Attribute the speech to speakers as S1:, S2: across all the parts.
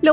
S1: Lo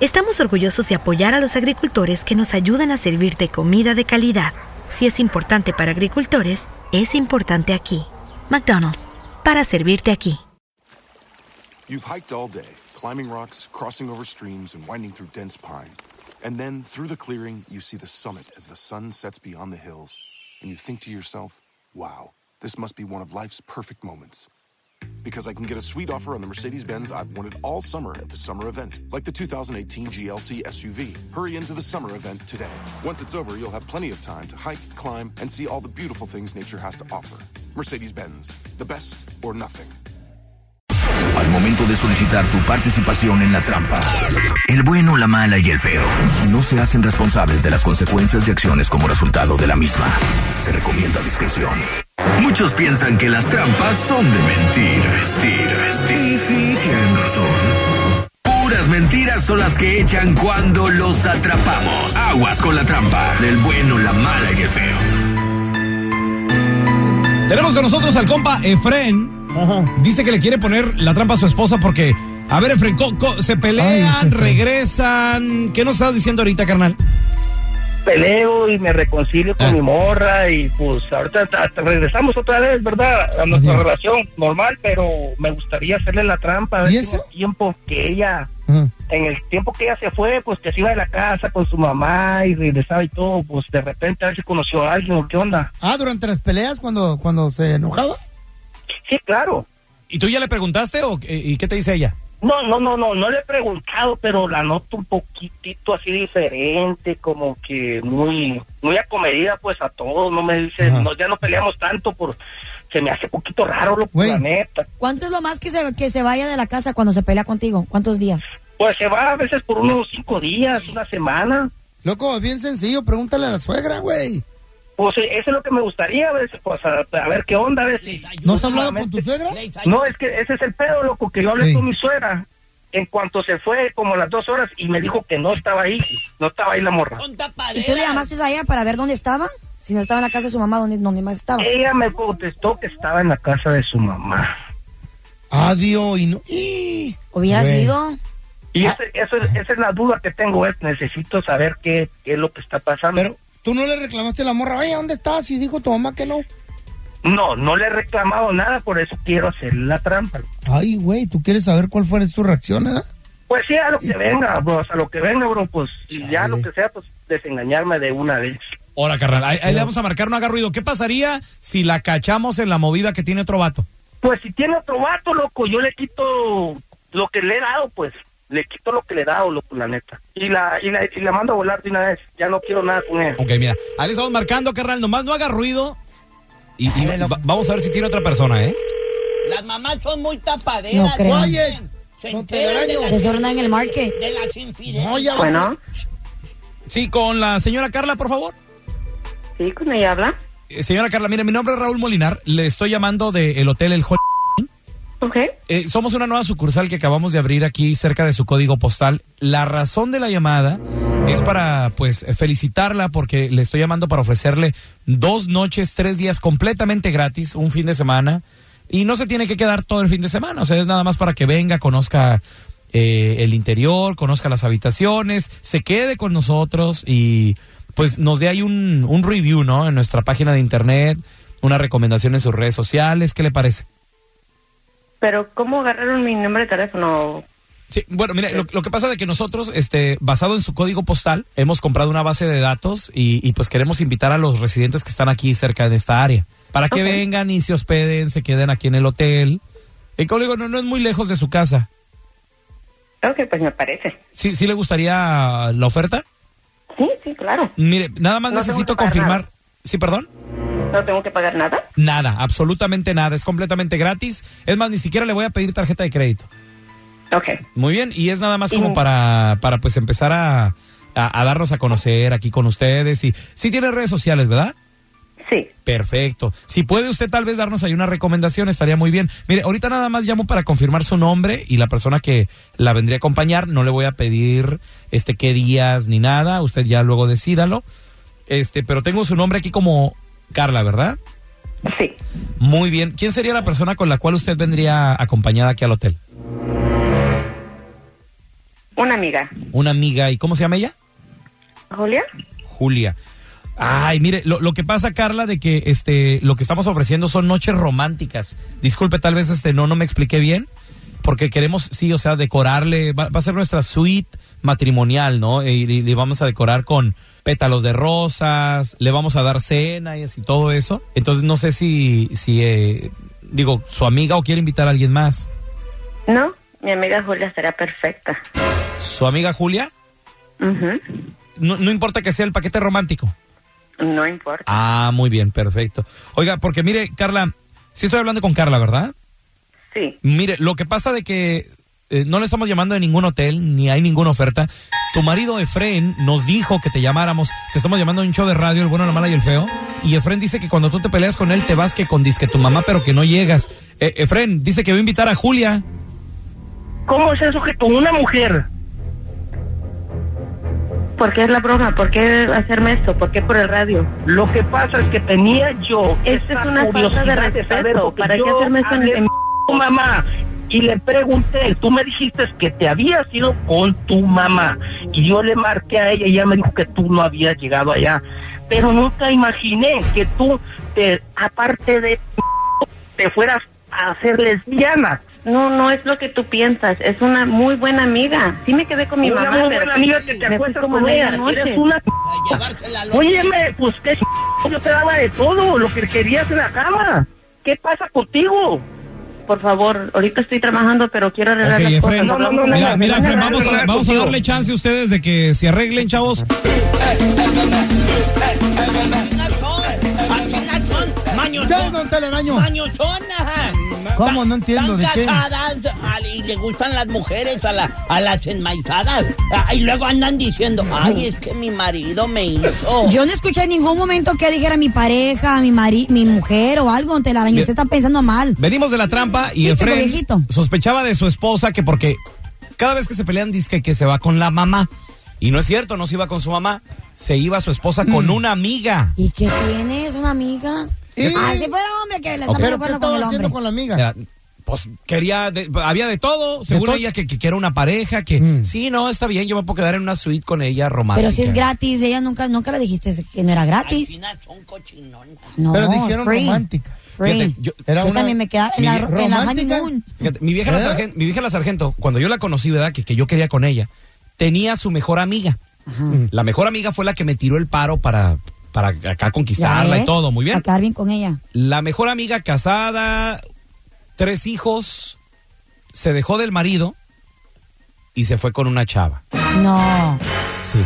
S2: estamos orgullosos de apoyar a los agricultores que nos ayudan a servirte comida de calidad. Si es importante para agricultores, es importante aquí. McDonald's, para servirte aquí.
S3: You've hiked all day, climbing rocks, crossing over streams, and winding through dense pine. And then, through the clearing, you see the summit as the sun sets beyond the hills. And you think to yourself, wow, this must be one of life's perfect moments. Because I can get a sweet offer on the Mercedes Benz I've wanted all summer at the summer event, like the 2018 GLC SUV. Hurry into the summer event today. Once it's over, you'll have plenty of time to hike, climb, and see all the beautiful things nature has to offer. Mercedes Benz, the best or nothing.
S4: Al momento de solicitar tu participación en la trampa, el bueno, la mala y el feo no se hacen responsables de las consecuencias y acciones como resultado de la misma. Se recomienda discreción. Muchos piensan que las trampas son de mentir, vestir, vestir. Y sí, tienen razón. Puras mentiras son las que echan cuando los atrapamos. Aguas con la trampa del bueno, la mala y el feo.
S5: Tenemos con nosotros al compa Efren. Dice que le quiere poner la trampa a su esposa porque. A ver, Efren, co- co- se pelean, regresan. ¿Qué nos estás diciendo ahorita, carnal? Ah.
S6: peleo y me reconcilio con mi morra y pues ahorita ta- ta- regresamos otra vez, ¿verdad? A nuestra
S7: Ajá.
S6: relación normal, pero me gustaría hacerle la trampa, a ver
S7: ¿Y
S6: si en
S7: eso?
S6: el tiempo que ella,
S5: Ajá.
S6: en el tiempo que ella se fue, pues que se iba de la casa con su mamá y regresaba y todo, pues de repente a ver si conoció a alguien o qué onda.
S7: Ah, durante las peleas cuando, cuando se enojaba.
S6: Sí, claro.
S5: ¿Y tú ya le preguntaste o, eh, y qué te dice ella?
S6: No, no, no, no, no le he preguntado, pero la noto un poquitito así diferente, como que muy, muy acomedida pues a todo, no me dice,
S7: Ajá.
S6: no, ya no peleamos tanto por, se me hace poquito raro lo
S7: Güey.
S6: la neta.
S8: ¿Cuánto es lo más que se, que se vaya de la casa cuando se pelea contigo? ¿Cuántos días?
S6: Pues se va a veces por unos cinco días, una semana.
S7: Loco, bien sencillo, pregúntale a la suegra, güey.
S6: Pues eh, eso es lo que me gustaría, a ver, pues, a, a ver qué onda, a ver si...
S7: ¿No has hablado con tu suegra?
S6: No, es que ese es el pedo, loco, que yo hablé
S7: Sí.
S6: con mi suegra en cuanto se fue, como a las dos horas, y me dijo que no estaba ahí, no estaba ahí la morra.
S8: ¿Y tú le llamaste a ella para ver dónde estaba? Si no estaba en la casa de su mamá, ¿dónde, dónde más estaba?
S6: Ella me contestó que estaba en la casa de su mamá.
S7: Adiós y no.
S8: Hubiera
S7: Güey.
S8: sido.
S6: Y ese- eso es- esa es la duda que tengo, es necesito saber qué, qué es lo que está pasando.
S7: Pero tú no le reclamaste a la morra, oye, ¿dónde estás? Y dijo tu mamá que no.
S6: No, no le he reclamado nada, por eso quiero hacer la trampa.
S7: Ay, güey, ¿tú quieres saber cuál fue su reacción, eh?
S6: Pues sí, a lo que venga, bro, a lo que venga, bro, pues y ya
S7: Chale.
S6: lo que sea, pues desengañarme de una vez.
S5: Ahora, carnal, ahí, ahí le vamos a marcar, no haga ruido. ¿Qué pasaría si la cachamos en la movida que tiene otro vato?
S6: Pues si tiene otro vato, loco, yo le quito lo que le he dado, pues. Le quito lo que le he dado, loco, la neta. Y la, y la, y la mando a volar de una vez. Ya no quiero nada con ella.
S5: Ok, mira, ahí le estamos marcando, carnal, nomás no haga ruido. Y, y
S7: Dale, loco.
S5: va- vamos a ver si tiene otra persona, ¿eh?
S9: Las mamás son muy
S8: No
S9: tapaderas.
S8: creo.
S7: Oye,
S9: Se
S7: don
S9: enteran de
S7: Telaraño.
S8: Desde ahora en el market.
S9: las, de las infidelidades.
S7: No, ya vas a-
S6: Bueno,
S5: Sí, con la señora Carla, por favor.
S6: sí, con ella habla.
S5: Eh, señora Carla, mire, mi nombre es Raúl Molinar. Le estoy llamando del el hotel El Hol- Eh, somos una nueva sucursal que acabamos de abrir aquí cerca de su código postal. La razón de la llamada es para, pues, eh, felicitarla porque le estoy llamando para ofrecerle dos noches, tres días completamente gratis, un fin de semana. Y no se tiene que quedar todo el fin de semana. O sea, es nada más para que venga, conozca eh, el interior, conozca las habitaciones, se quede con nosotros y, pues, nos dé ahí un, un review, ¿no? En nuestra página de internet, una recomendación en sus redes sociales. ¿Qué le parece?
S10: Pero ¿cómo agarraron mi número de teléfono?
S5: Sí, bueno, mira, lo, lo que pasa es que nosotros, este, basado en su código postal, hemos comprado una base de datos y, y, pues queremos invitar a los residentes que están aquí cerca de esta área para que vengan y se hospeden, se queden aquí en el hotel. El código no, no es muy lejos de su casa.
S10: Ok, pues me parece.
S5: ¿Sí, sí le gustaría la oferta?
S10: Sí, sí, claro.
S5: Mire, nada más
S10: No tengo
S5: necesito
S10: que pagar
S5: confirmar. Sí, perdón.
S10: No tengo que pagar nada.
S5: Nada, absolutamente nada. Es completamente gratis. Es más, ni siquiera le voy a pedir tarjeta de crédito.
S10: Ok.
S5: Muy bien, y es nada más
S10: Y-
S5: como para, para pues empezar a, a- a darnos a conocer aquí con ustedes. Y sí tiene redes sociales, ¿verdad?
S10: Sí.
S5: Perfecto. Si puede usted tal vez darnos ahí una recomendación, estaría muy bien. Mire, ahorita nada más llamo para confirmar su nombre y la persona que la vendría a acompañar. No le voy a pedir este qué días ni nada. Usted ya luego decídalo. Este, pero tengo su nombre aquí como Carla, ¿verdad?
S10: Sí.
S5: Muy bien. ¿Quién sería la persona con la cual usted vendría acompañada aquí al hotel?
S10: Una amiga.
S5: Una amiga. ¿Y cómo se llama ella?
S10: ¿Julia?
S5: Julia. Ay, mire, lo, lo que pasa, Carla, de que este, lo que estamos ofreciendo son noches románticas. Disculpe, tal vez este no, no me expliqué bien, porque queremos, sí, o sea, decorarle, va, va a ser nuestra suite matrimonial, ¿no? Eh, Y y le vamos a decorar con pétalos de rosas, le vamos a dar cena y así todo eso. Entonces no sé si, si eh, digo, su amiga o quiere invitar a alguien más.
S10: No, mi amiga Julia será perfecta.
S5: ¿Su amiga Julia?
S10: Ujú.
S5: No, no importa que sea el paquete romántico.
S10: No importa.
S5: Ah, muy bien, perfecto. Oiga, porque mire, Carla, sí estoy hablando con Carla, ¿verdad?
S10: Sí.
S5: Mire, lo que pasa de que eh, no le estamos llamando de ningún hotel, ni hay ninguna oferta. Tu marido Efren nos dijo que te llamáramos, te estamos llamando a un show de radio, el bueno, la mala y el feo. Y Efren dice que cuando tú te peleas con él te vas que con disque tu mamá, pero que no llegas. Eh, Efren dice que va a invitar a Julia.
S6: ¿Cómo es eso que con una mujer?
S10: ¿Por qué es la broma? ¿Por qué hacerme esto? ¿Por qué por el radio?
S6: Lo que pasa es que tenía yo.
S10: Esta
S6: esa
S10: es una falta de
S6: curiosidad saber,
S10: respeto.
S6: porque
S10: ¿Para qué
S6: yo
S10: hacerme esto en
S6: hablé
S10: en-
S6: con tu mamá y le pregunté, tú me dijiste que te habías ido con tu mamá y yo le marqué a ella y ella me dijo que tú no habías llegado allá, pero nunca imaginé que tú te
S10: Ah,
S6: aparte de te fueras a hacer lesbiana.
S10: No, no es lo que tú piensas. Es una muy buena amiga. Sí me quedé con mi
S6: Una
S10: mamá,
S6: muy
S10: pero
S6: buena amiga que te
S10: me fui
S6: acuestas
S10: como a
S6: con ella,
S10: medianoche.
S6: eres una Óyeme, pues qué yo te daba de todo, lo que querías en la cama. ¿Qué pasa contigo?
S10: Por favor, ahorita estoy trabajando, pero quiero arreglar
S5: Ok,
S10: las cosas.
S5: Efren,
S10: Hablamos mañana.
S5: mira, mira, Efren,
S10: Mañana
S5: vamos a,
S10: arreglo
S5: vamos a
S10: contigo.
S5: darle chance a ustedes de que se arreglen, chavos.
S7: Ya, don Telaraño. ¿Cómo? No entiendo, ¿de qué?
S9: casadas al- y le gustan las mujeres a, la- a las enmaizadas. Ah, Y luego andan diciendo, ay, es que mi marido me hizo.
S8: Yo no escuché en ningún momento que dijera mi pareja, mi mari, mi mujer o algo, don Telaraño.
S5: Bien.
S8: Usted está pensando mal.
S5: Venimos de la trampa y
S8: Viste,
S5: Efren
S8: viejito.
S5: sospechaba de su esposa que porque cada vez que se pelean dice que, que se va con la mamá. Y no es cierto, no se iba con su mamá, se iba su esposa con una amiga.
S8: Mm. ¿Y qué tienes, una amiga? Ah,
S7: ¿Y?
S8: Ay, si fuera hombre que le está
S5: Ok.
S8: poniendo cuerno
S7: ¿Pero qué
S8: con
S7: estaba
S8: el
S7: haciendo
S8: hombre.
S7: con la amiga?
S5: Era, pues quería, de- había de todo, según
S7: todo?
S5: ella que, que, que era una pareja, que
S7: Mm.
S5: sí, no, está bien, yo me puedo quedar en una suite con ella romántica.
S8: Pero si es gratis, ella nunca, nunca le dijiste que no era
S9: Al
S8: gratis.
S9: final son cochinonas.
S8: No,
S7: Pero dijeron
S8: free.
S7: romántica.
S8: Free.
S5: Fíjate, yo-
S8: yo
S7: Era una-
S8: también me quedaba en
S5: Mi
S8: la,
S5: vie-
S8: en la
S7: ¿Romántica?
S8: honeymoon.
S5: Fíjate, mi, vieja la
S7: ¿Eh?
S5: sargen- mi vieja la sargento, cuando yo la conocí, ¿verdad? Que, que yo quería con ella, tenía su mejor amiga. La mejor amiga fue la que me tiró el paro para, para acá conquistarla y
S8: ves?
S5: todo, muy bien.
S8: Para quedar bien con ella.
S5: La mejor amiga casada, tres hijos, se dejó del marido y se fue con una chava.
S8: No,
S5: Sí.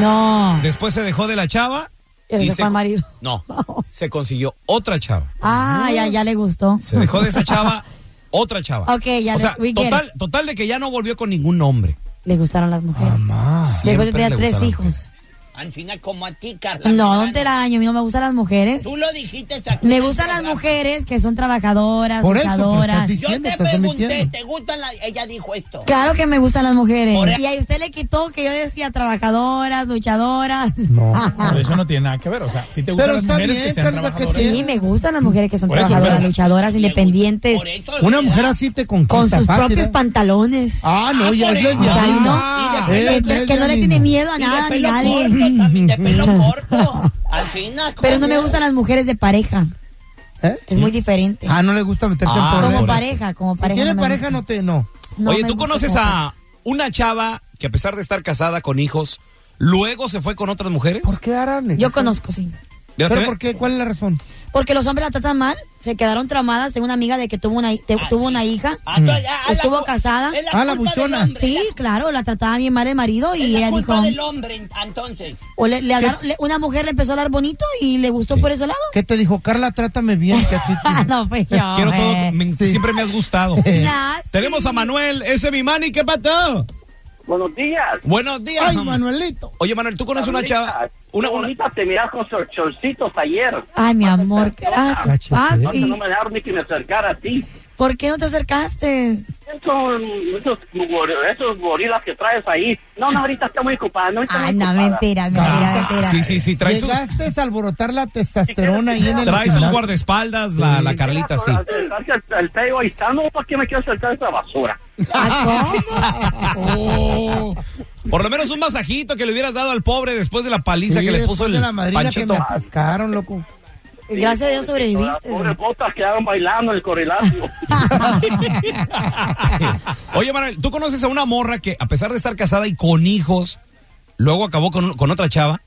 S8: no.
S5: Después se dejó de la chava.
S8: Y se fue al
S5: co-
S8: marido.
S5: No, se consiguió otra chava.
S8: Ah, ya, ya le gustó.
S5: Se dejó de esa chava, otra chava.
S8: Ok, ya
S5: O
S8: le-
S5: sea,
S8: we get
S5: total, total de que ya no volvió con ningún hombre.
S8: Le gustaron las mujeres.
S7: Mamá.
S8: Después
S5: Siempre
S8: de tener
S5: le
S8: tres
S5: gustaron.
S8: hijos.
S9: Ancina como a ti, Carla.
S8: No, don Telaraño, a mí no me gustan las mujeres.
S9: Tú lo dijiste aquí en
S8: Me
S9: el
S8: gustan las
S9: programa.
S8: mujeres que son trabajadoras,
S7: Por eso, pero
S8: luchadoras.
S7: estás diciendo,
S9: Yo te
S7: estás
S9: pregunté,
S7: omitiendo.
S9: ¿te gustan las...? Ella dijo esto.
S8: Claro que me gustan las mujeres.
S9: Por-
S8: Y ahí usted le quitó que yo decía trabajadoras, luchadoras.
S7: No.
S5: Por eso no tiene nada que ver. O sea, si te
S7: Pero
S5: gustan las
S7: está
S5: mujeres
S7: bien,
S5: que sean
S7: Carla, ¿qué
S5: trabajadoras.
S7: tiene?
S8: Sí, me gustan las mujeres que son
S5: Por eso,
S8: trabajadoras,
S5: pero-
S8: luchadoras, independientes,
S9: Por eso
S7: Una
S9: le
S7: mujer
S9: da-
S7: así te conquista
S8: con sus
S7: fácil,
S8: propios
S7: ¿eh?
S8: pantalones.
S7: Ah, no,
S9: Ah,
S7: ya
S9: por
S7: es
S9: eso.
S7: lesbianismo.
S8: Ah,
S9: no. Y de
S8: Que, que
S7: Es
S8: no le
S7: lesbianismo.
S8: tiene miedo a
S9: Y de
S8: nada ni
S9: pelo
S8: nadie.
S9: corto, también de pelo corto. Ancina,
S8: Pero no me
S9: coño.
S8: gustan las mujeres de pareja.
S7: ¿Eh?
S8: Es muy diferente.
S7: Ah, no le gusta meterse
S5: Ah,
S7: en
S8: como
S7: problemas.
S8: pareja, como
S7: Si
S8: pareja.
S7: tiene
S8: no me
S7: pareja,
S8: gusta.
S7: no te. No.
S8: No
S5: Oye,
S8: me
S5: ¿tú
S8: gusta
S5: conoces
S8: como
S5: a una chava que a pesar de estar casada con hijos, luego se fue con otras mujeres?
S7: ¿Por qué harán?
S8: pareja. Yo conozco, sí.
S5: Mira, te
S7: ¿Pero
S5: ve-
S7: por qué? ¿Cuál es la razón?
S8: Porque los hombres la tratan mal, se quedaron tramadas. Tengo una amiga de que tuvo una, hi- te-
S9: Ah,
S8: tuvo
S9: sí.
S8: una hija.
S9: Ah, tú- ah, ah,
S8: Estuvo
S9: cu-
S8: casada.
S9: es
S7: Ah, la
S9: culpa del
S7: buchona.
S9: hombre,
S8: Sí,
S9: es
S8: claro, la trataba bien mal el marido
S9: la- es
S8: y
S9: la
S8: ella
S9: culpa
S8: dijo...
S9: del hombre, en- entonces.
S8: O le, le hablaron- le- una mujer le empezó a hablar bonito y le gustó por ese lado.
S7: ¿Qué te dijo? Carla, trátame bien. Que así te-
S8: no, pues yo.
S5: Quiero todo,
S8: eh.
S5: me-
S7: Sí.
S5: siempre me has gustado.
S8: Gracias.
S5: Tenemos a Manuel, ese es mi mani, ¿qué pato?
S11: Buenos días.
S5: Buenos días.
S7: Ay,
S5: mamá.
S7: Manuelito.
S5: Oye, Manuel, ¿tú conoces una chava? Una, una-
S11: Ahorita te miras con short- shortcitos ayer.
S8: Ay, mi amor, gracias,
S7: Cáchate.
S11: No, que
S8: papi.
S11: no me dejaron ni que me acercara a ti.
S8: ¿Por qué no te acercaste?
S11: Son esos, gor- esos gorilas que traes ahí. No, no, ahorita está muy ocupada. No, ahorita
S8: Ay,
S11: muy
S8: no,
S11: ocupada.
S8: mentira, mentira, mentira.
S5: Sí, sí, sí, trae sus,
S7: Llegaste a alborotar la testosterona ahí en el.
S5: trae sus
S7: gimnasio.
S5: guardaespaldas, la, la Carlita, sí.
S11: Acercarse al- al teo ahí está. No, ¿para qué me quiero acercar a esa basura?
S7: Ah,
S5: Oh. Por lo menos un masajito que le hubieras dado al pobre después de la paliza
S7: Sí,
S5: que le puso
S7: después de
S5: el
S7: la madrina
S5: panchito.
S7: que me atascaron, loco.
S8: Gracias a Dios sobreviviste.
S11: Pobres botas quedaron bailando en el correlato.
S5: Oye, Manuel, ¿tú conoces a una morra que, a pesar de estar casada y con hijos, luego acabó con, un- con otra chava?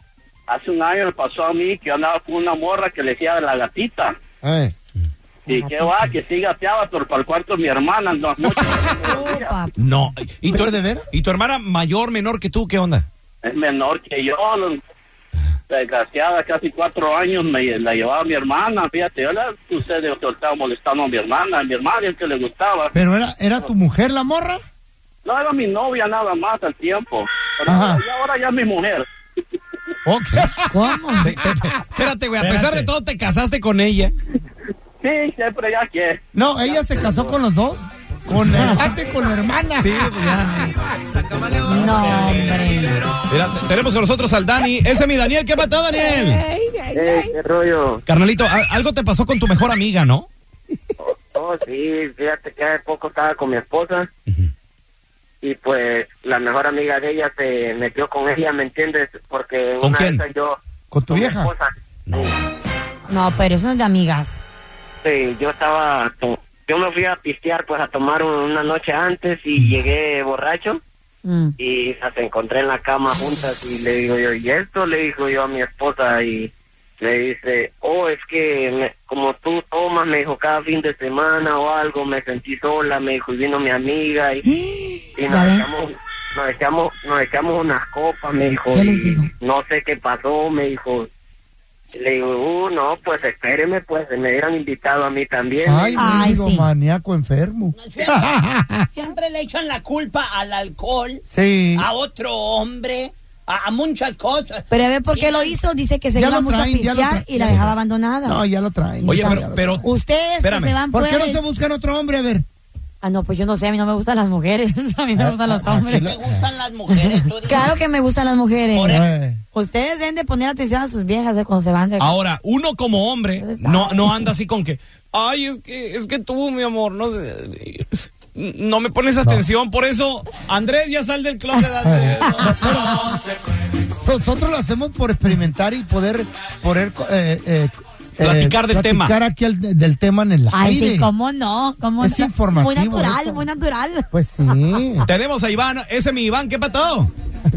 S11: Hace un año me pasó a mí que yo andaba con una morra que le decía de la gatita.
S7: Eh.
S11: Y que va, que sí gateaba, pero para el cuarto mi hermana. No, mucho.
S8: Oh, papá.
S5: No. ¿Y tu,
S7: ¿Pero de veras?
S5: ¿Y tu hermana mayor, menor que tú, qué onda?
S11: es Eh, menor que yo. lo- Desgraciada, casi cuatro años me la llevaba mi hermana. Fíjate, yo la puse de que estaba molestando a mi hermana. A mi hermana es el que le gustaba.
S7: ¿Pero era, era tu mujer la morra?
S11: No era mi novia nada más al tiempo. Pero
S7: Ajá.
S11: ahora- y ahora ya es mi mujer.
S7: Ok.
S8: ¿Cómo?
S5: Te- te- espérate, güey, a pesar de todo te casaste con ella.
S11: Sí, siempre ya que.
S7: No, ella se casó con los dos. Con el cuate y con la hermana.
S5: Sí, pues ya.
S8: No, hombre.
S5: Mira, te- tenemos con nosotros al Dani. Ese es mi Daniel. ¿Qué pasó, Daniel?
S11: ¿Qué rollo?
S5: Carnalito, a- algo te pasó con tu mejor amiga, ¿no?
S11: Oh, sí, fíjate que hace poco estaba con mi esposa y pues la mejor amiga de ella se metió con ella, ¿me entiendes? Porque
S5: ¿Con una quién? vez
S11: yo...
S7: Con tu vieja.
S8: No, pero eso no es de amigas.
S11: Sí, yo estaba, to- yo me fui a pistear pues a tomar un- una noche antes y llegué borracho
S8: Mm.
S11: y las encontré en la cama juntas y le digo yo, ¿y esto? Le digo yo a mi esposa y me dice, oh, es que me- como tú tomas, me dijo, cada fin de semana o algo, me sentí sola, me dijo, y vino mi amiga y, y
S8: Ya
S11: nos
S8: ven.
S11: echamos... Nos echamos, nos echamos unas copas, me dijo.
S8: ¿Qué les
S11: y
S8: digo?
S11: No sé qué pasó, me dijo. Le digo, uh, no, pues espéreme, pues me hubieran invitado a mí también.
S7: Ay,
S8: Ay,
S7: mendigo
S8: sí.
S7: maníaco enfermo.
S9: Siempre le echan la culpa al alcohol,
S7: Sí.
S9: a otro hombre, a, a muchas cosas.
S8: Pero a ver por qué lo hizo. Dice que se
S7: Ya
S8: iba
S7: lo
S8: mucho a
S7: traen, ya lo
S8: pistear
S7: traen.
S8: y la dejaba abandonada.
S7: No, ya lo traen.
S5: Oye,
S7: Ya
S5: pero-
S7: lo
S5: pero-
S7: traen.
S8: Ustedes
S5: Espérame.
S8: que se van
S7: ¿Por qué no
S8: fuera y-
S7: se buscan otro hombre? A ver.
S8: Ah, no, pues yo no sé. A mí no me gustan las mujeres. A mí me
S7: Ah,
S8: gustan los
S7: ah, aquí
S8: hombres.
S9: ¿Te gustan las mujeres? Tú dices,
S8: Claro que me gustan las mujeres.
S7: Eh.
S8: Ustedes deben de poner atención a sus viejas eh, cuando se van de...
S5: Ahora, uno como hombre no, no anda así con que, ay, es que, es que tú, mi amor, no sé, no me pones atención, por eso, Andrés, ya sal del club de Andrés. No, se puede.
S7: Nosotros lo hacemos por experimentar y poder, poder eh, eh,
S5: Platicar del tema.
S7: Platicar aquí al- del tema en el
S8: Ay,
S7: aire.
S8: sí, cómo no, cómo
S7: Es
S8: no.
S7: informativo
S8: Muy natural,
S7: eso.
S8: muy natural.
S7: Pues sí.
S5: Tenemos a Iván, ese es mi Iván, ¿qué patado?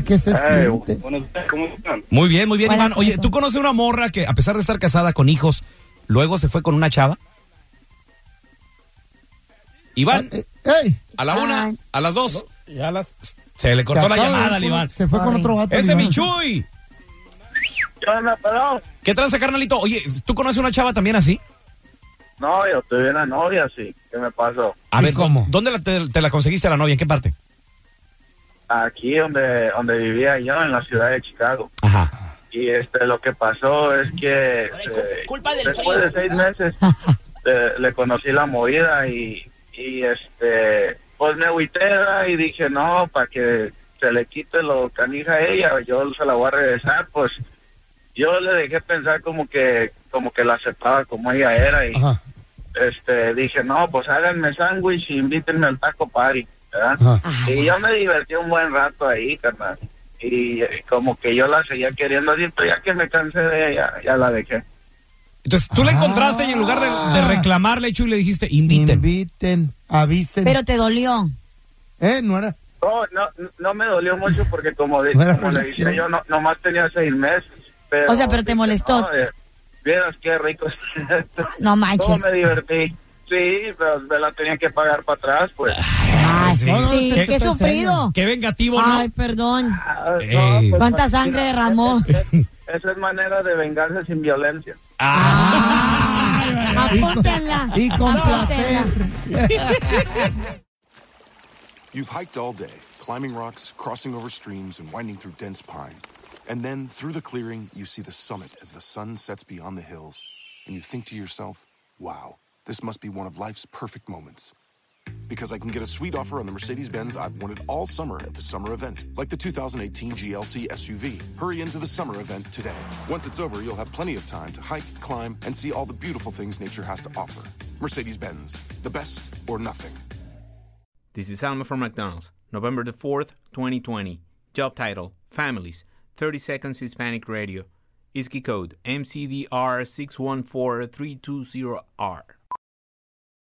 S7: ¿Qué se siente?
S11: ¿cómo están?
S5: Muy bien, muy bien,
S8: Hola,
S5: Iván. Oye,
S8: corazón.
S5: ¿tú conoces una morra que, a pesar de estar casada con hijos, luego se fue con una chava? Iván,
S7: Eh, ¡Ey!
S5: a la una,
S8: Iván.
S5: a las dos. Se le
S7: Se
S5: cortó la
S7: acaba de
S5: llamada
S7: ir
S5: al
S7: con-
S5: Iván.
S7: Se fue con
S8: Sorry.
S7: otro gato.
S5: Ese es mi Chuy.
S11: perdón.
S5: ¿Qué tranza, carnalito? Oye, ¿tú conoces una chava también así?
S11: No, yo tuve una novia, sí. ¿Qué me pasó?
S5: A
S7: ¿Y
S5: ver,
S7: cómo?
S5: ¿dó- ¿Dónde la- te, te la conseguiste a la novia? ¿En qué parte?
S11: Aquí donde donde vivía yo, en la ciudad de Chicago.
S5: Ajá.
S12: y este lo que pasó es que eh, después de seis
S10: Ah.
S12: meses eh, le conocí la movida y, y este pues me agüité ¿verdad? y dije no para que se le quite lo canija a ella yo se la voy a regresar pues yo le dejé pensar como que como que la aceptaba como ella era y este dije no pues háganme sándwich y invítenme al taco party ¿verdad? y yo me divertí un buen rato ahí carnal y eh, como que yo la seguía queriendo así, pero ya que me cansé de ella, ya la dejé.
S5: Entonces
S7: Ah.
S5: tú la encontraste y en lugar de, de reclamarle, Chuy, le dijiste, inviten.
S7: Inviten, avisen.
S8: Pero te dolió.
S7: ¿Eh? No era.
S12: No, Oh, no, no me dolió mucho porque como, de,
S7: Buena
S12: como le
S7: relación.
S12: dije yo, no, nomás tenía seis meses. Pero,
S8: O sea, pero te molestó.
S12: no, eh, Vieras qué rico.
S8: No manches.
S12: Cómo me divertí. Sí, pero me la tenía que pagar para atrás, pues.
S8: sí. No, no, Sí, te- qué te- te sufrido. enseño.
S5: Qué vengativo, ¿no?
S8: Ay, perdón.
S5: no, pues,
S8: ¿Cuánta sangre derramó?
S12: Esa es manera de vengarse sin violencia.
S8: Ah. Apóntenla.
S7: Y con placer.
S3: You've hiked all day, climbing rocks, crossing over streams, and winding through dense pine. And then, through the clearing, you see the summit as the sun sets beyond the hills. And you think to yourself, wow, this must be one of life's perfect moments. Because I can get a sweet offer on the Mercedes Benz I've wanted all summer at the summer event, like the 2018 GLC SUV. Hurry into the summer event today. Once it's over, you'll have plenty of time to hike, climb, and see all the beautiful things nature has to offer. Mercedes Benz, the best or nothing.
S13: This is Alma from McDonald's, November the 4th, 2020. Job title Families, 30 Seconds Hispanic Radio. ISKI code MCDR614320R.